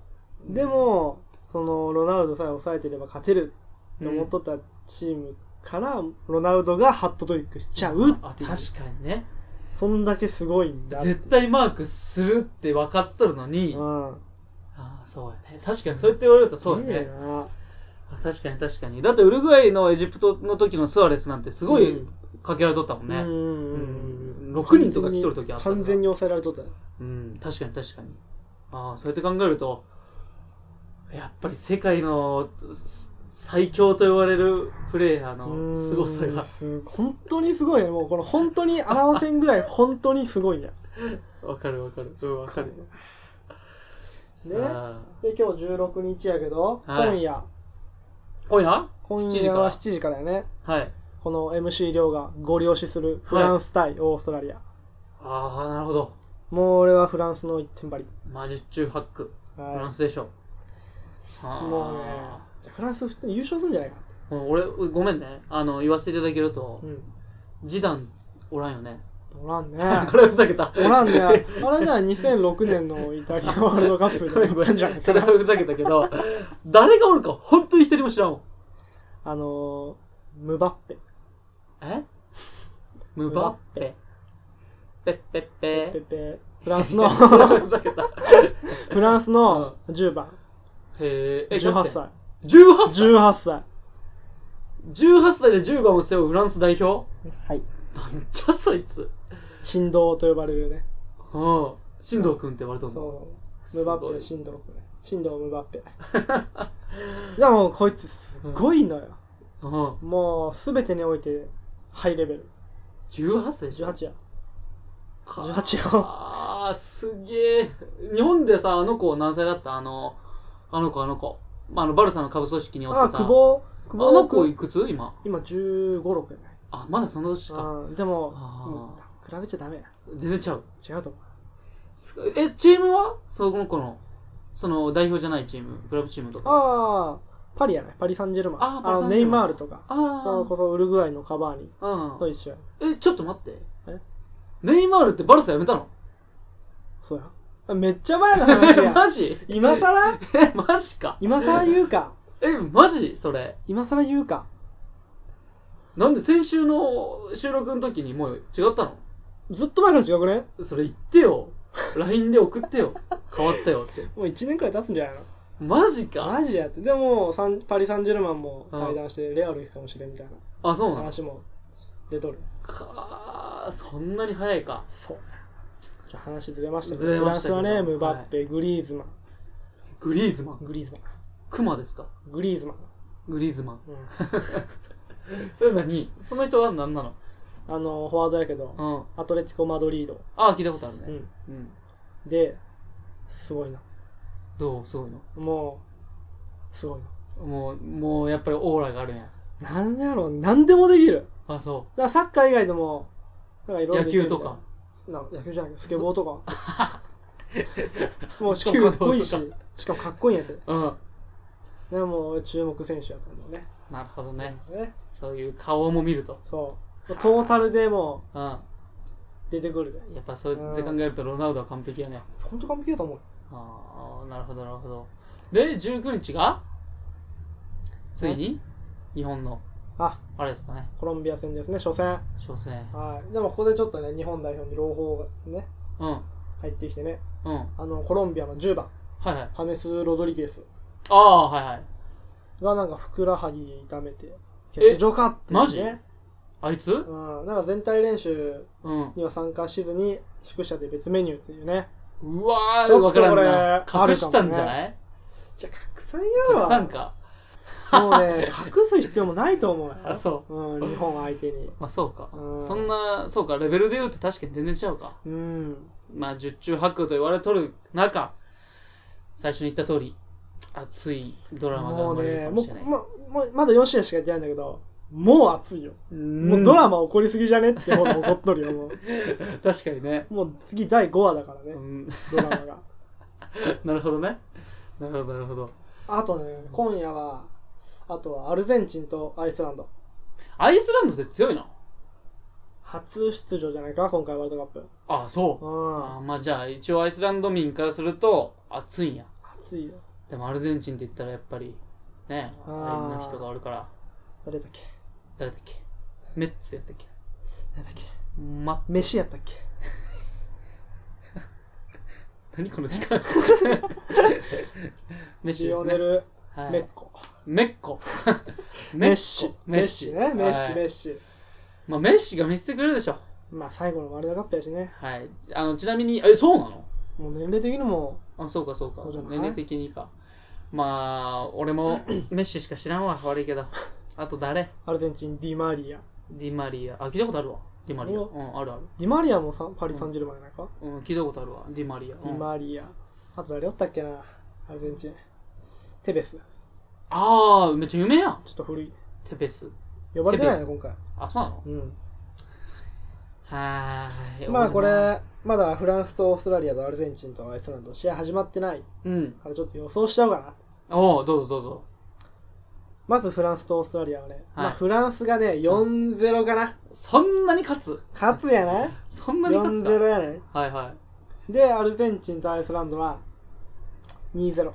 Speaker 1: でも、そのロナウドさえ抑えてれば勝てるって思っとったチームから、ロナウドがハットトリックしちゃう
Speaker 2: あ
Speaker 1: っていう。
Speaker 2: 確かにね
Speaker 1: そんだけすごいんだって。
Speaker 2: 絶対マークするって分かっとるのに、
Speaker 1: うん。
Speaker 2: ああそうやね確かにそうやって言われるとそうや
Speaker 1: え
Speaker 2: ね
Speaker 1: な
Speaker 2: あ確かに確かにだってウルグアイのエジプトの時のスアレスなんてすごい
Speaker 1: うん
Speaker 2: かけられとったもん
Speaker 1: うん
Speaker 2: ね、
Speaker 1: うんうんうん。
Speaker 2: 6人とか来とる時あったから
Speaker 1: 完全に抑えられとった。
Speaker 2: うん、確かに確かに。ああ、そうやって考えると、やっぱり世界のす最強と言われるプレイヤーの凄さ
Speaker 1: うー
Speaker 2: が
Speaker 1: ん。す本当にすごいねもうこの本当に表せんぐらい本当にすごいね
Speaker 2: わかるわかる。うん、わかる。
Speaker 1: ね
Speaker 2: ああ
Speaker 1: で今日16日やけど、
Speaker 2: はい
Speaker 1: 今夜
Speaker 2: 今夜
Speaker 1: 今
Speaker 2: 7時
Speaker 1: 夜
Speaker 2: から
Speaker 1: は7時からやね
Speaker 2: はい。
Speaker 1: この MC 亮がご利用しするフランス対オーストラリア、
Speaker 2: ああ、なるほど。
Speaker 1: もう俺はフランスの一点張り、
Speaker 2: 魔術中ハック。フラン
Speaker 1: は
Speaker 2: スでしょ。ああ
Speaker 1: い、もうねじゃあフランス普通に優勝するんじゃないかな
Speaker 2: もう俺、ごめんね。あの、言わせていただけると
Speaker 1: う、ん
Speaker 2: ジダンおらんよね。
Speaker 1: おらんね
Speaker 2: これはふざけた。
Speaker 1: おらんねあれじゃあ2006年のイタリアワールドカップ
Speaker 2: ご
Speaker 1: で
Speaker 2: めん
Speaker 1: や
Speaker 2: ご
Speaker 1: っ
Speaker 2: め
Speaker 1: たんじゃない
Speaker 2: ん。そ
Speaker 1: か
Speaker 2: れ
Speaker 1: な
Speaker 2: はふざけたけど、誰がおるか本当に一人も知らんもん。
Speaker 1: あのー、ムバッペ
Speaker 2: えムバッペ。ペッペッ
Speaker 1: ペ
Speaker 2: ペ。
Speaker 1: ペフランス の
Speaker 2: ふざけ た。へ
Speaker 1: フランスの10番、
Speaker 2: え、え、
Speaker 1: 18歳。
Speaker 2: 18歳。
Speaker 1: 18歳。
Speaker 2: 18歳で10番を背負うフランス代表
Speaker 1: はい。
Speaker 2: なんじゃそいつ。
Speaker 1: 振動と呼ばれるね。
Speaker 2: うん。進藤君って言われたんだ。
Speaker 1: そう。
Speaker 2: す
Speaker 1: ム
Speaker 2: ごい
Speaker 1: バッペ、振動。振動ムバッペ。 でもこいつすごいのよ。
Speaker 2: うん。
Speaker 1: もうすべてにおいてハイレベル。
Speaker 2: 18歳でしょ
Speaker 1: 18や。
Speaker 2: か
Speaker 1: 18よ。
Speaker 2: あー、すげえ。日本でさ、あの子何歳だったあの、あの子あの子。まあ、あの、バルサの下部組織におって
Speaker 1: あ、
Speaker 2: さ。
Speaker 1: 久保、久
Speaker 2: あ
Speaker 1: 保
Speaker 2: の子
Speaker 1: 君。
Speaker 2: いくつ今。
Speaker 1: 今15、6やね。
Speaker 2: あ、まだその年か。
Speaker 1: うんでも、
Speaker 2: あ
Speaker 1: うん比べちゃダメや。
Speaker 2: 全然違う。
Speaker 1: 違うと思う。
Speaker 2: すえ、チームはその子の、その代表じゃないチーム、クラブチームとか。あ
Speaker 1: ああ、パリやね。パリ・サンジェルマン。
Speaker 2: あ
Speaker 1: あ
Speaker 2: パリサ
Speaker 1: の、
Speaker 2: ンジェ
Speaker 1: ネイ
Speaker 2: ルマン
Speaker 1: マールとか。
Speaker 2: あ
Speaker 1: それこそウルグアイのカバーニ
Speaker 2: ー
Speaker 1: と一緒や。
Speaker 2: うん。え、ちょっと待って。
Speaker 1: え
Speaker 2: ネイマールってバルサやめたの
Speaker 1: そうや。めっちゃ前の話や。
Speaker 2: マジ
Speaker 1: 今さら
Speaker 2: え、マジか。
Speaker 1: 今さら言うか。
Speaker 2: え、マジそれ。
Speaker 1: 今さら言うか。
Speaker 2: なんで先週の収録の時にもう違ったの
Speaker 1: ずっと前から違くね
Speaker 2: それ言ってよ。LINE で送ってよ。変わったよって。
Speaker 1: もう1年くらい経つんじゃないの
Speaker 2: マジか。
Speaker 1: マジやって。でも、サンパリ・サンジェルマンも対談して、レアル行くかもしれんみたい
Speaker 2: あ、そう
Speaker 1: な
Speaker 2: なの
Speaker 1: 話も出とる。
Speaker 2: かそんなに早いか。
Speaker 1: そう。ちょ話ずれましたけど
Speaker 2: ずれましたけ
Speaker 1: フラ
Speaker 2: ど
Speaker 1: ンスはね、ムバッペ、グリーズマン。
Speaker 2: グリーズマン。
Speaker 1: グリーズマン。
Speaker 2: クマですか
Speaker 1: グリーズマン。
Speaker 2: グリーズマン。
Speaker 1: うん
Speaker 2: それ何その人は何なの
Speaker 1: あの、フォワードやけど、
Speaker 2: うん。
Speaker 1: アトレティコ・マドリード。
Speaker 2: ああ、聞いたことある
Speaker 1: う
Speaker 2: ね。
Speaker 1: ん。
Speaker 2: うん。
Speaker 1: で、すごいな。
Speaker 2: どうそういうの
Speaker 1: もう、すごいな。
Speaker 2: もう、もうやっぱりオーラがあるんや。
Speaker 1: なんやろう、なんでもできる。
Speaker 2: あ、そ
Speaker 1: だからサッカー以外でも、なんかいろいろ
Speaker 2: 野
Speaker 1: できるみ
Speaker 2: 球
Speaker 1: たい
Speaker 2: とか。
Speaker 1: な。な野球じゃなくて、スケボーと か。もうしかもかっこいいし、しかもかっこいいんやけど。
Speaker 2: うん。
Speaker 1: でも、注目選手やと思うね。
Speaker 2: なるほどね。
Speaker 1: ね
Speaker 2: そういう顔も見ると。
Speaker 1: そう。トータルでも
Speaker 2: うん。や
Speaker 1: う出てくるで。
Speaker 2: っぱそうやって考えるとロナウドは完璧やね。
Speaker 1: 本当完璧やと思うよ。
Speaker 2: ああ、なるほど、なるほど。で、19日がついに日本の、
Speaker 1: あ、
Speaker 2: あれですかね、
Speaker 1: コロンビア戦ですね、初戦。
Speaker 2: 初戦。
Speaker 1: はい。でも、ここでちょっとね、日本代表に朗報がね、
Speaker 2: うん。うん。
Speaker 1: 入ってきてね。
Speaker 2: はい
Speaker 1: あの、コロンビアの10番、
Speaker 2: はい。
Speaker 1: ハメス・ロドリゲス
Speaker 2: ああ、はいはい。
Speaker 1: がなんかふくらはぎ痛めて、欠場かっていう、ね。
Speaker 2: マジあいつ
Speaker 1: うん、なんか全体練習
Speaker 2: うん。
Speaker 1: には参加しずに宿舎で別メニューっていうね
Speaker 2: うわ
Speaker 1: ち
Speaker 2: ー、
Speaker 1: ょ
Speaker 2: わ
Speaker 1: っ
Speaker 2: か
Speaker 1: とこれ
Speaker 2: らん
Speaker 1: あ
Speaker 2: な。
Speaker 1: るかもね
Speaker 2: 隠したんじゃない
Speaker 1: じゃあ拡散や
Speaker 2: 隠
Speaker 1: ろ
Speaker 2: さんか。
Speaker 1: もうね隠す必要もないと思うよ
Speaker 2: あ、そう。
Speaker 1: うん、日本相手に
Speaker 2: まあそうか、
Speaker 1: うん
Speaker 2: そんなそうかレベルで言うと確かに全然違うか
Speaker 1: うん
Speaker 2: まあ十中八九と言われとる中最初に言った通り熱いドラマが
Speaker 1: も
Speaker 2: 生ま
Speaker 1: う
Speaker 2: れる
Speaker 1: ね
Speaker 2: かも
Speaker 1: も
Speaker 2: しれないう
Speaker 1: まもうまだ4試合しかやってないんだけどもう熱いよ、
Speaker 2: うん
Speaker 1: もうドラマ起こりすぎじゃねってほど起こっとるよも
Speaker 2: 確かにね、
Speaker 1: うもう次第5話だからね
Speaker 2: うん、
Speaker 1: ドラマが
Speaker 2: なるほどねなるほどなるほど
Speaker 1: あとね今夜はあとはアルゼンチンとアイスランド
Speaker 2: アイスランドって強いな
Speaker 1: 初出場じゃないか今回ワールドカップ
Speaker 2: ああそう
Speaker 1: うん
Speaker 2: あーまあじゃあ一応アイスランド民からすると熱いんや
Speaker 1: 熱いよ
Speaker 2: でもアルゼンチンって言ったらやっぱりね
Speaker 1: あー
Speaker 2: あんな人がおるから
Speaker 1: 誰だっけ
Speaker 2: 誰だっけメッツやったっけ
Speaker 1: 誰だっけ
Speaker 2: ま
Speaker 1: 飯やったっけ
Speaker 2: 何この時 間メッシ
Speaker 1: リ
Speaker 2: です
Speaker 1: オネ
Speaker 2: ね、
Speaker 1: ル・
Speaker 2: は
Speaker 1: メッ
Speaker 2: い、
Speaker 1: コ、
Speaker 2: メッコ
Speaker 1: メッシ
Speaker 2: メッシ
Speaker 1: ねメッシ、
Speaker 2: はい
Speaker 1: メッシ
Speaker 2: まあ、メッシが見せてくれるでしょ
Speaker 1: まあ最後のワールドカップやしね
Speaker 2: はいあのちなみにえそうなの
Speaker 1: もう年齢的にも
Speaker 2: あそうかそうか
Speaker 1: そうじゃない
Speaker 2: 年齢的にかまあ俺 もメッシしか知らんわ悪いけどあと誰
Speaker 1: アルゼンチンディマリア
Speaker 2: ディマリアあ聞いたことあるわディマリア
Speaker 1: う
Speaker 2: う
Speaker 1: わ
Speaker 2: んあるある
Speaker 1: ディマリアもさパリ・サンジェルマンやないか、
Speaker 2: うん聞いたことあるわディマリア、
Speaker 1: ディ
Speaker 2: あ
Speaker 1: マリアあと誰おったっけなアルゼンチンテベス
Speaker 2: あーめっちゃ有名やん
Speaker 1: ちょっと古い
Speaker 2: テペス
Speaker 1: 呼ばれてない
Speaker 2: テ
Speaker 1: ね今回
Speaker 2: あそうなの
Speaker 1: うん
Speaker 2: はーい
Speaker 1: まあこ
Speaker 2: 俺な
Speaker 1: れまだフランスとオーストラリアとアルゼンチンとアイスランド試合始まってない
Speaker 2: うん
Speaker 1: からちょっと予想しちゃおうかな
Speaker 2: おおどうぞどうぞ
Speaker 1: まずフランスとオーストラリアはね、ま
Speaker 2: は
Speaker 1: あ
Speaker 2: い
Speaker 1: フランスがね4-0かな
Speaker 2: そんなに勝つ
Speaker 1: 勝つやな
Speaker 2: そんなに勝つ
Speaker 1: 4-0
Speaker 2: か
Speaker 1: やね
Speaker 2: はいは
Speaker 1: でアルゼンチンとアイスランドは2-0
Speaker 2: い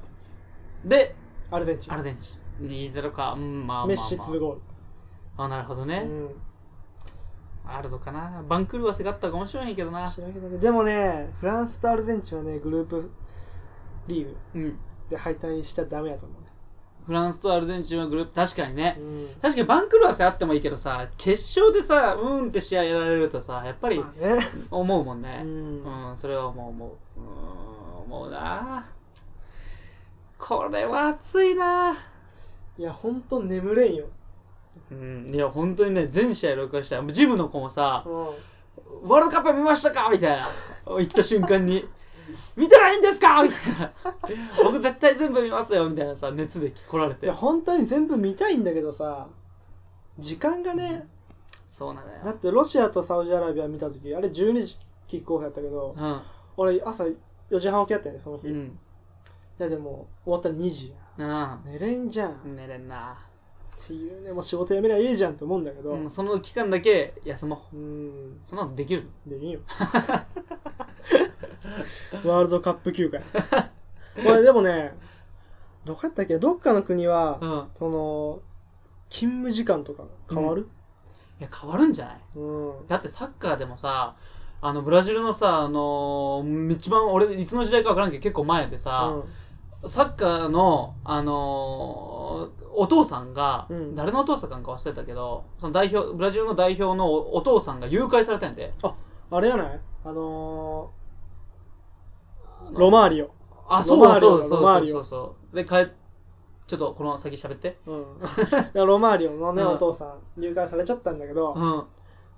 Speaker 2: で
Speaker 1: アルゼンチン
Speaker 2: アルゼンチン2-0かうんまあまあ、まあ、
Speaker 1: メッシ2ゴ
Speaker 2: あなるほどね
Speaker 1: ー、ル、うん
Speaker 2: あるのかな番狂わせがあったかもしれへんけどな
Speaker 1: 知らんけどねでもねフランスとアルゼンチンはねグループリーグ
Speaker 2: うん
Speaker 1: で敗退しちゃダメやと思うね、
Speaker 2: フランスとアルゼンチンはグループ確かにね
Speaker 1: うん
Speaker 2: 確かに番狂わせあってもいいけどさ決勝でさうーんって試合やられるとさやっぱり
Speaker 1: まあね
Speaker 2: 思うもんね
Speaker 1: う
Speaker 2: うんん、それはもう思ううーん思うなこれは熱いない
Speaker 1: やほんと眠れんよ、
Speaker 2: うんいや本当にね全試合録画したもうジムの子もさ
Speaker 1: うん
Speaker 2: 「ワールドカップ見ましたか?」みたいな言った瞬間に「見てないんですか?」みたいな「僕絶対全部見ますよ」みたいなさ熱で来られ
Speaker 1: い
Speaker 2: て
Speaker 1: や本当に全部見たいんだけどさ時間がね
Speaker 2: そうなの
Speaker 1: だ
Speaker 2: よ
Speaker 1: ってロシアとサウジアラビア見た時あれ12時キックオフやったけど俺朝4時半起きやったよねその日、
Speaker 2: うんう
Speaker 1: い
Speaker 2: ん
Speaker 1: やでも終わったら2時
Speaker 2: な
Speaker 1: 寝れんじゃん、
Speaker 2: あ
Speaker 1: っ
Speaker 2: 寝れんな
Speaker 1: ていうねもう仕事辞めりゃいいじゃんって思うんだけど
Speaker 2: うんその期間だけ休もう
Speaker 1: うん
Speaker 2: そんなのできる
Speaker 1: できんよ ワールドカップ休暇やこれでもねどこやったっけどっかの国は、
Speaker 2: うん
Speaker 1: その勤務時間とか変わる
Speaker 2: いや変わるんじゃない
Speaker 1: うん、
Speaker 2: だってサッカーでもさあのブラジルのさあのー一番俺いつの時代か分からんけど結構前でさ、サッカーのあのーお父さんが、
Speaker 1: うん
Speaker 2: 誰のお父さんか忘れたけどその代表ブラジルの代表のおお父さんが誘拐されたんやで
Speaker 1: あれやないあの
Speaker 2: あ
Speaker 1: ー、
Speaker 2: の
Speaker 1: ロマーリオ、
Speaker 2: あそうだそ
Speaker 1: ロ
Speaker 2: う
Speaker 1: マーリオだ
Speaker 2: だそう
Speaker 1: ロマー
Speaker 2: だそう
Speaker 1: リ
Speaker 2: そ
Speaker 1: オ
Speaker 2: うそうで帰ちょっとこの先喋って
Speaker 1: うん、だからロマーリオのね、
Speaker 2: うん
Speaker 1: お父さん誘拐されちゃったんだけど、
Speaker 2: うん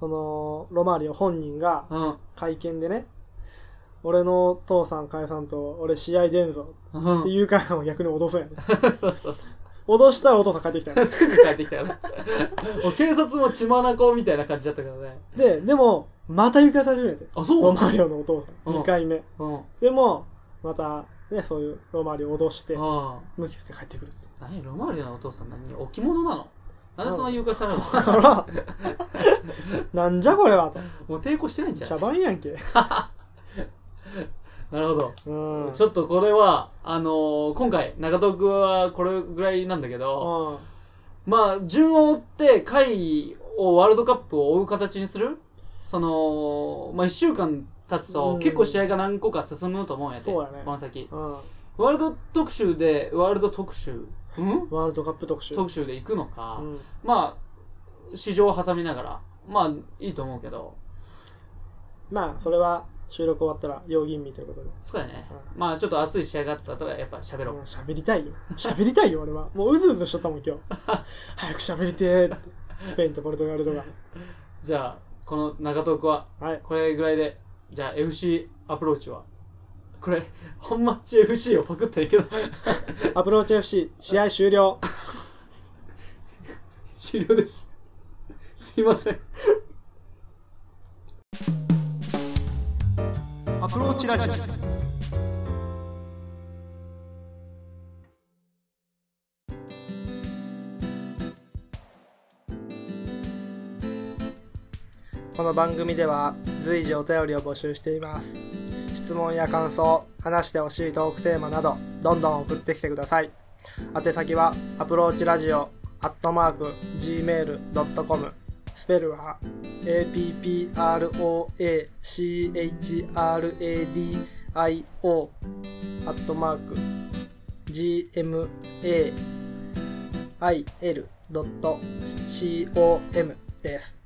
Speaker 1: そのロマーリオ本人が
Speaker 2: うん
Speaker 1: 会見でね俺の父さん解散と俺試合出んぞ
Speaker 2: うん
Speaker 1: って誘拐犯を逆に脅すんやね
Speaker 2: そうそうそう
Speaker 1: 脅したらお父さん帰ってきたよね
Speaker 2: すぐ帰ってきた よねもう警察も血眼みたいな感じだったからね
Speaker 1: で、でも、また誘拐されるんやて。
Speaker 2: あそ
Speaker 1: ロ
Speaker 2: う
Speaker 1: マリオのお父さん。
Speaker 2: うん
Speaker 1: 2回目。
Speaker 2: うん
Speaker 1: でも、また、ね、そういうロマリオを脅して、
Speaker 2: ああ
Speaker 1: 無傷で帰ってくるって。
Speaker 2: 何ロマーリオのお父さん何置物なのなんでそんな誘拐さ れるの
Speaker 1: だから、なんじゃこれはと。
Speaker 2: もう抵抗してないんじゃ
Speaker 1: 茶
Speaker 2: ん
Speaker 1: 番やんけ。
Speaker 2: なるほど、
Speaker 1: うん。
Speaker 2: ちょっとこれはあのー今回中東君はこれぐらいなんだけど、
Speaker 1: うん。
Speaker 2: まあ順を追って回をワールドカップを追う形にするそのまあ1週間経つと、
Speaker 1: うん
Speaker 2: 結構試合が何個か進むと思うんやて
Speaker 1: そうやね
Speaker 2: この先
Speaker 1: うん。
Speaker 2: ワールド特集でワールド特集うん
Speaker 1: ワールドカップ特集。
Speaker 2: 特集で行くのか、
Speaker 1: うん。
Speaker 2: まあ市場を挟みながらまあいいと思うけど
Speaker 1: まあ、それは収録終わったら、用吟味ということで。
Speaker 2: そうやね、まあちょっと熱い試合があったとはやっぱ喋ろう、
Speaker 1: うん喋りたいよ。喋りたいよ、俺 は。もううずうずしとったもん、今日。 早く喋りてーって。スペインとポルトガルとか。
Speaker 2: じゃあこの長トークは
Speaker 1: はい。
Speaker 2: これぐらいでじゃあ FC アプローチはこれ本マッチ FC をパクったんやけど
Speaker 1: アプローチ FC、試合終了。
Speaker 2: 終了ですすいません
Speaker 1: アプローチラジオこの番組では随時お便りを募集しています質問や感想話してほしいトークテーマなどどんどん送ってきてください宛先はアプローチラジオアットマーク Gmail.com スペルは APPROACHRADIO アットマーク GMAIL.com です。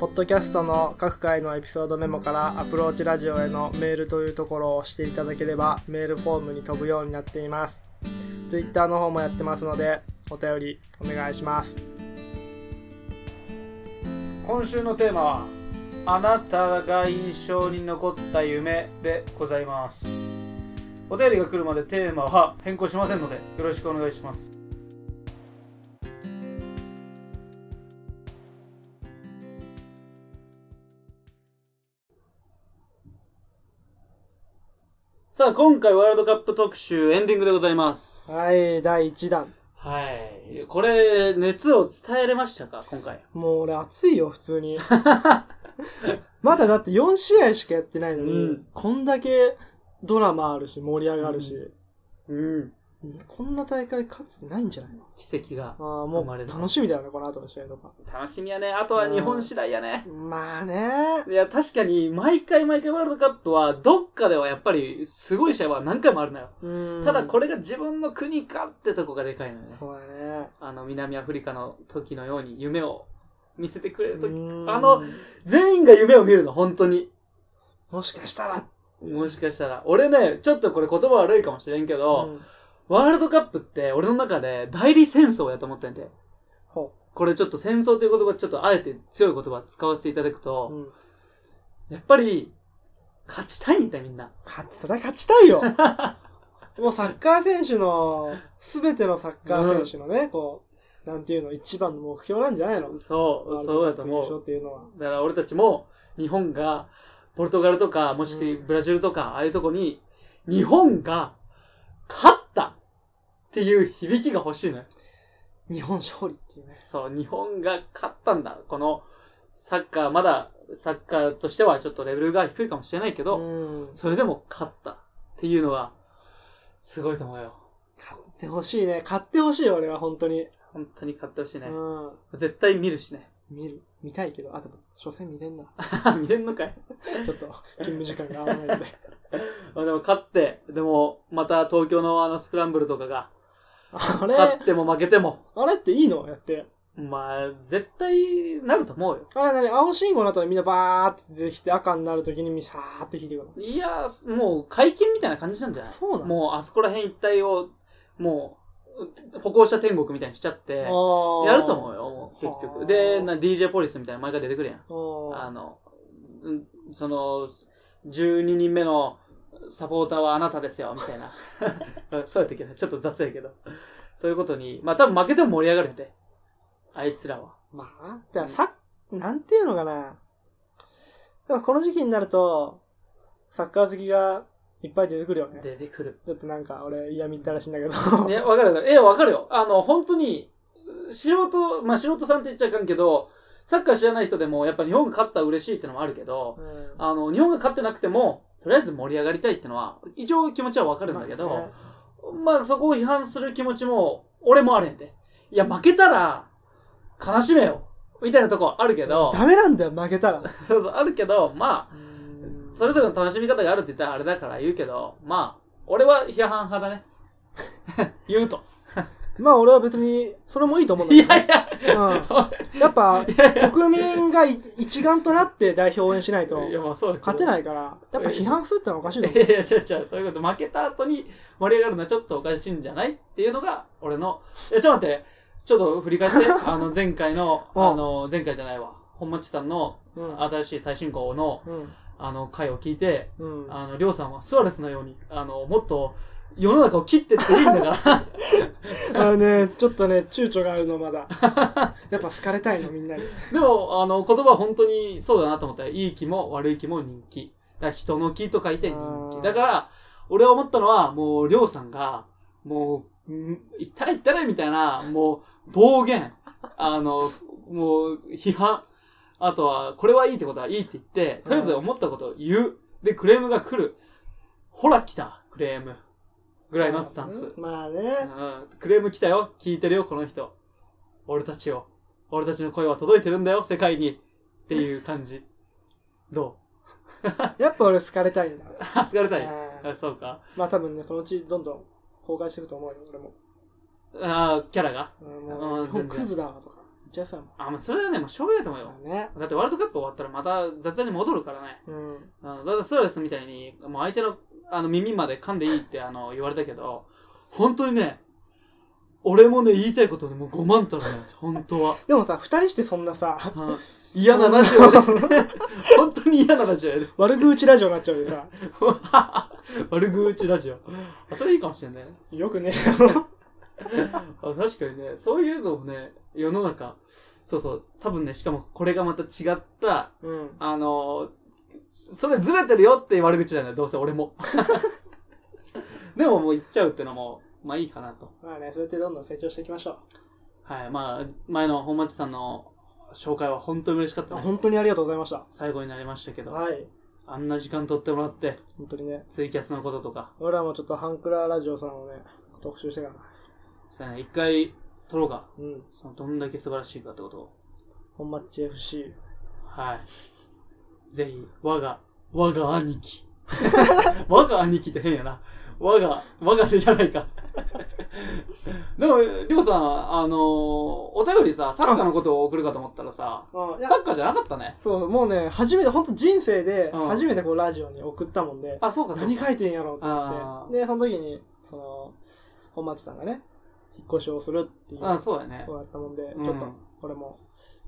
Speaker 1: ポッドキャストの各回のエピソードメモからアプローチラジオへのメールというところを押していただければメールフォームに飛ぶようになっています。Twitter の方もやってますのでお便りお願いします。
Speaker 2: 今週のテーマは「あなたが印象に残った夢」でございますお便りが来るまでテーマは変更しませんのでよろしくお願いしますさあ今回ワールドカップ特集エンディングでございます
Speaker 1: はい、第1弾。
Speaker 2: はい。これ、熱を伝えれましたか今回。
Speaker 1: もう俺暑いよ、普通に。 まだだって4試合しかやってないのに、
Speaker 2: うん
Speaker 1: こんだけドラマあるし、盛り上がるし、
Speaker 2: うん。
Speaker 1: こんな大会勝つってないんじゃないの
Speaker 2: 奇跡が。
Speaker 1: ああ、も
Speaker 2: 生まれ
Speaker 1: う
Speaker 2: た
Speaker 1: 楽しみだよね、この後の試合とか。
Speaker 2: 楽しみやね。あとは日本次第やね。
Speaker 1: まあね。
Speaker 2: いや、確かに、毎回毎回ワールドカップは、どっかではやっぱり、すごい試合は何回もあるのよ。
Speaker 1: うん
Speaker 2: ただ、これが自分の国かってとこがでかいのよね。
Speaker 1: そうだね。
Speaker 2: あの、南アフリカの時のように夢を見せてくれる時。
Speaker 1: うん
Speaker 2: あの、全員が夢を見るの、本当に。
Speaker 1: もしかしたら、
Speaker 2: もしかしたら。俺ね、ちょっとこれ言葉悪いかもしれんけど、
Speaker 1: うん
Speaker 2: ワールドカップって、俺の中で代理戦争やと思ってんで。
Speaker 1: ほ
Speaker 2: これちょっと戦争という言葉、ちょっとあえて強い言葉使わせていただく
Speaker 1: う、
Speaker 2: と、
Speaker 1: うん
Speaker 2: やっぱり、勝ちたいんだよ、みんな。
Speaker 1: 勝ち、それは勝ちたい よ。もうサッカー選手の、すべてのサッカー選手のね、こう、なんていうの、一番の目標なんじゃないの
Speaker 2: そう、そうだ
Speaker 1: ワールドカッ
Speaker 2: と思
Speaker 1: プ優勝っていうのは。
Speaker 2: う。だから俺たちも、日本が、ポルトガルとか、もしくはブラジルとか、ああいうとこに、日本が、勝ったっていう響きが欲しいのよ。
Speaker 1: 日本勝利っていうね。
Speaker 2: そう、日本が勝ったんだ。この、サッカー、まだ、サッカーとしてはちょっとレベルが低いかもしれないけど、
Speaker 1: うん。
Speaker 2: それでも勝ったっていうのは、すごいと思うよ。
Speaker 1: 勝ってほしいね。勝ってほしいよ、俺は、本当に。
Speaker 2: 本当に勝ってほしいね。
Speaker 1: うん。
Speaker 2: 絶対見るしね。
Speaker 1: 見る。見たいけど、あ、でも、所詮見れんな。
Speaker 2: 見れんのかい
Speaker 1: ちょっと、 勤務時間が合わないの で。
Speaker 2: まあでも勝って、でも、また東京のあのスクランブルとかが、
Speaker 1: あれ、
Speaker 2: 勝っても負けても、
Speaker 1: あれっていいのやって。
Speaker 2: まあ、絶対なると思うよ。
Speaker 1: あれ何青信号の後にみんなバーって出てきて、赤になるときにみさーって引いてくるの。
Speaker 2: いやー、もう解禁みたいな感じなんじゃない
Speaker 1: そうなの
Speaker 2: もうあそこら辺一帯を、もう、歩行者天国みたいにしちゃって、や
Speaker 1: あー
Speaker 2: ると思うよ、もう結
Speaker 1: はあ
Speaker 2: 局。で、な DJ ポリスみたいなの毎回出てくるやん。あ
Speaker 1: あ
Speaker 2: の、うんその、12人目のサポーターはあなたですよ、みたいな。 そうやったっけど、ちょっと雑やけど。そういうことに、まあ多分負けても盛り上がるんで。あいつらは。
Speaker 1: ーまあ、だからさ、なんていうのかな。でもこの時期になると、サッカー好きがいっぱい出てくるよね。
Speaker 2: 出てくる。
Speaker 1: ちょっとなんか俺嫌みったらしいんだけど。
Speaker 2: ね、わかるわかる。え、わかるよ。あの、本当に、素人、まあ素人さんって言っちゃいかんけど、サッカー知らない人でも、やっぱ日本が勝ったら嬉しいってのもあるけど、
Speaker 1: うん
Speaker 2: あの、日本が勝ってなくても、とりあえず盛り上がりたいってのは、一応気持ちはわかるんだけど、
Speaker 1: まあね
Speaker 2: まあそこを批判する気持ちも、俺もあるんで。いや、負けたら、悲しめよ。みたいなとこあるけど、
Speaker 1: ダメなんだよ、負けたら。
Speaker 2: そうそう、あるけど、まあ、そ
Speaker 1: れ、
Speaker 2: れぞれの楽しみ方があるって言ったらあれだから言うけど、まあ、俺は批判派だね。 言うと。
Speaker 1: まあ俺は別に、それもいいと思うんだ
Speaker 2: い
Speaker 1: け
Speaker 2: や
Speaker 1: どね、
Speaker 2: いや、
Speaker 1: うん。やっぱ、国民がい一丸となって代表応援しないと
Speaker 2: い、やまあそうだけど
Speaker 1: 勝てないから、やっぱ批判するってのはおかしいと
Speaker 2: い
Speaker 1: 思う。
Speaker 2: やいや、違う違う、そういうこと。負けた後に盛り上がるのはちょっとおかしいんじゃないっていうのが、俺の、いや、ちょっと待って、ちょっと振り返 って、あの、前回の、
Speaker 1: うん
Speaker 2: あの、前回じゃないわ、本町さんの
Speaker 1: うん
Speaker 2: 新しい最新号の、
Speaker 1: うん。
Speaker 2: あの、回を聞いて、
Speaker 1: うん。
Speaker 2: あの、りょうさんはスアレスのように、あの、もっと世の中を切ってっていいんだから、
Speaker 1: あのね、ちょっとね、躊躇があるの、まだ。 やっぱ好かれたいの、みんなに。
Speaker 2: でも、あの、言葉は本当にそうだなと思ったいい気も悪い気も人気。だから人の気と書いて人
Speaker 1: あー
Speaker 2: 気。だから、俺は思ったのは、もう、りょうさんが、もう、ん言ったら言ったらみたいな、もう、暴言。あの、もう、批判。あとは、これはいいってことはいいって言って、とりあえず思ったことを言う。で、クレームが来る。ほら、来た、クレーム。ぐらいのスタンス。
Speaker 1: まあね。
Speaker 2: うんクレーム来たよ。聞いてるよ、この人。俺たちを。俺たちの声は届いてるんだよ、世界に。っていう感じ。 ど
Speaker 1: やっぱ俺好かれたいんだ。
Speaker 2: うあ疲れたい。
Speaker 1: うん
Speaker 2: あそうか。
Speaker 1: まあ多分ね、そのうちどんどん崩壊してると思うよ、俺も。
Speaker 2: ああ、キャラが。
Speaker 1: うんも
Speaker 2: あ
Speaker 1: う、も
Speaker 2: ー
Speaker 1: う
Speaker 2: 全然
Speaker 1: クズだわとか。じゃあさ、も
Speaker 2: あ、もうそれはね、もうしょうがないと思うよ。
Speaker 1: うね。
Speaker 2: だってワールドカップ終わったらまた雑談に戻るからね。
Speaker 1: うん。
Speaker 2: うん、だからスアレスみたいに、もう相手のあの耳まで噛んでいいってあの言われたけど、本当にね、俺もね、言いたいことね、もう5万たるね、本当は。
Speaker 1: でもさ、二人してそんなさ、
Speaker 2: うん嫌なラジ オで、本当に嫌なラジオやで。
Speaker 1: 悪口ラジオになっちゃうでさ、
Speaker 2: 悪口ラジオ。あ、それいいかもしれないね。
Speaker 1: よくね、
Speaker 2: あ確かにね、そういうのもね、世の中、そうそう、多分ね、しかもこれがまた違った、
Speaker 1: うん。
Speaker 2: あの、それずれてるよって悪口なんだよ、どうせ俺も。 でももう言っちゃうってのも、まあいいかなと。
Speaker 1: まあね、そうやってどんどん成長していきましょ
Speaker 2: はい、まあ、前の本町さんの紹介は本当に嬉しかっ
Speaker 1: う。
Speaker 2: た、ね。
Speaker 1: 本当にありがとうございました。
Speaker 2: 最後になりましたけど、
Speaker 1: はい。
Speaker 2: あんな時間取ってもらって、
Speaker 1: 本当にね。
Speaker 2: ツイキャスのこととか、
Speaker 1: 俺らもちょっとハンクララジオさんをね、特集してからな。
Speaker 2: そうやね、一回撮ろうか。
Speaker 1: うん。
Speaker 2: そのどんだけ素晴らしいかってことを。
Speaker 1: 本マッチ FC。
Speaker 2: はい。ぜひ、我が、我が兄貴。 我が兄貴って変やな。我が、我がせじゃないか。 でも、りょうさん、あのーお便りさ、サッカーのことを送るかと思ったらさ、
Speaker 1: うん。いや
Speaker 2: サ、ッカーじゃなかったね。
Speaker 1: そうそう、もうね、初めて、本当人生で、
Speaker 2: うん
Speaker 1: 初めてこうラジオに送ったもんで、
Speaker 2: あ、そうか、そう
Speaker 1: 何
Speaker 2: か。
Speaker 1: 書いてんやろうと思
Speaker 2: あ
Speaker 1: っ
Speaker 2: ー
Speaker 1: て。で、その時に、その、本町さんがね、引っ越しをするっていう
Speaker 2: あ、
Speaker 1: こ
Speaker 2: そうやね
Speaker 1: と。だったもんで、
Speaker 2: ん
Speaker 1: ちょっと、これも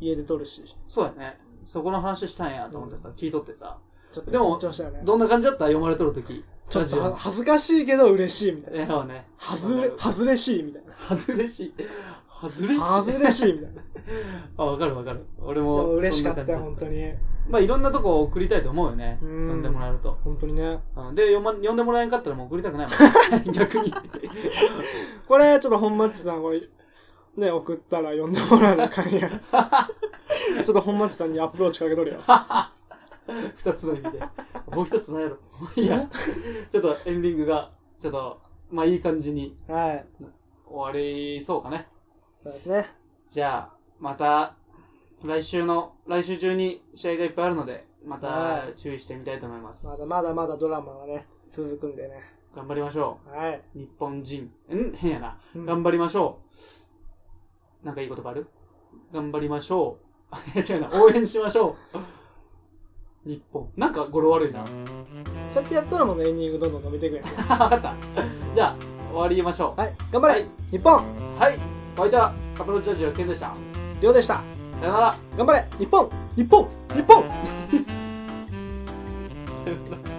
Speaker 1: 家で撮るし、
Speaker 2: そうやね。そこの話したんやと思ってさ、聞いとってさ、
Speaker 1: ちょっと
Speaker 2: でも
Speaker 1: 緊張したよね。
Speaker 2: どんな感じだった読まれとるとき。
Speaker 1: ちょっと
Speaker 2: ラ
Speaker 1: は
Speaker 2: ジ
Speaker 1: 恥ずかしいけど嬉しいみたい
Speaker 2: オ
Speaker 1: な。
Speaker 2: ええわね。
Speaker 1: はずれ
Speaker 2: わ、か
Speaker 1: はずれしいみたい な。
Speaker 2: るはずれしい。はずれしい。
Speaker 1: はずれしいみたいな。で
Speaker 2: あ、わかるわかる。俺も
Speaker 1: も。嬉しかっ
Speaker 2: そん
Speaker 1: た
Speaker 2: な
Speaker 1: よ、
Speaker 2: 感じ
Speaker 1: 本当に。
Speaker 2: まあいろんなとこ送りたいと思うよね。
Speaker 1: うん
Speaker 2: 読んでもらえると。
Speaker 1: 本当にね。
Speaker 2: うんで、読ま、読んでもらえんかったらもう送りたくない もん。逆に。
Speaker 1: これ、ちょっと本マッチさん、これ、ね、送ったら呼んでもらうのかん や。ちょっと本マッチさんにアプローチかけとるよ。
Speaker 2: 二つの意味で。もう一つなんやろ。まあいいや。ちょっとエンディングが、ちょっと、まあいい感じに
Speaker 1: はい。
Speaker 2: 終わりそうかね。
Speaker 1: そうですね。
Speaker 2: じゃあ、また、来週の、来週中に試合がいっぱいあるので、また
Speaker 1: はい
Speaker 2: 注意してみたいと思います。
Speaker 1: まだまだまだドラマはね、続くんでね。
Speaker 2: 頑張りましょ
Speaker 1: はい。
Speaker 2: う。日本人。ん変やな。
Speaker 1: うん
Speaker 2: 頑張りましょう。なんかいい言葉ある頑張りましょう。い や違うな。応援しましょう。日本。なんか語呂悪いな。
Speaker 1: そうやってやったらもうねエンディングどんどん伸びていくやん。
Speaker 2: わかった。じゃあ、終わりましょ
Speaker 1: はい。頑張れ、
Speaker 2: はい
Speaker 1: 日本
Speaker 2: う。はい。お相手は、カプロジョージのケンでした。
Speaker 1: りょうでした。
Speaker 2: さよなら。
Speaker 1: 頑張れ日本日本日本
Speaker 2: さよなら。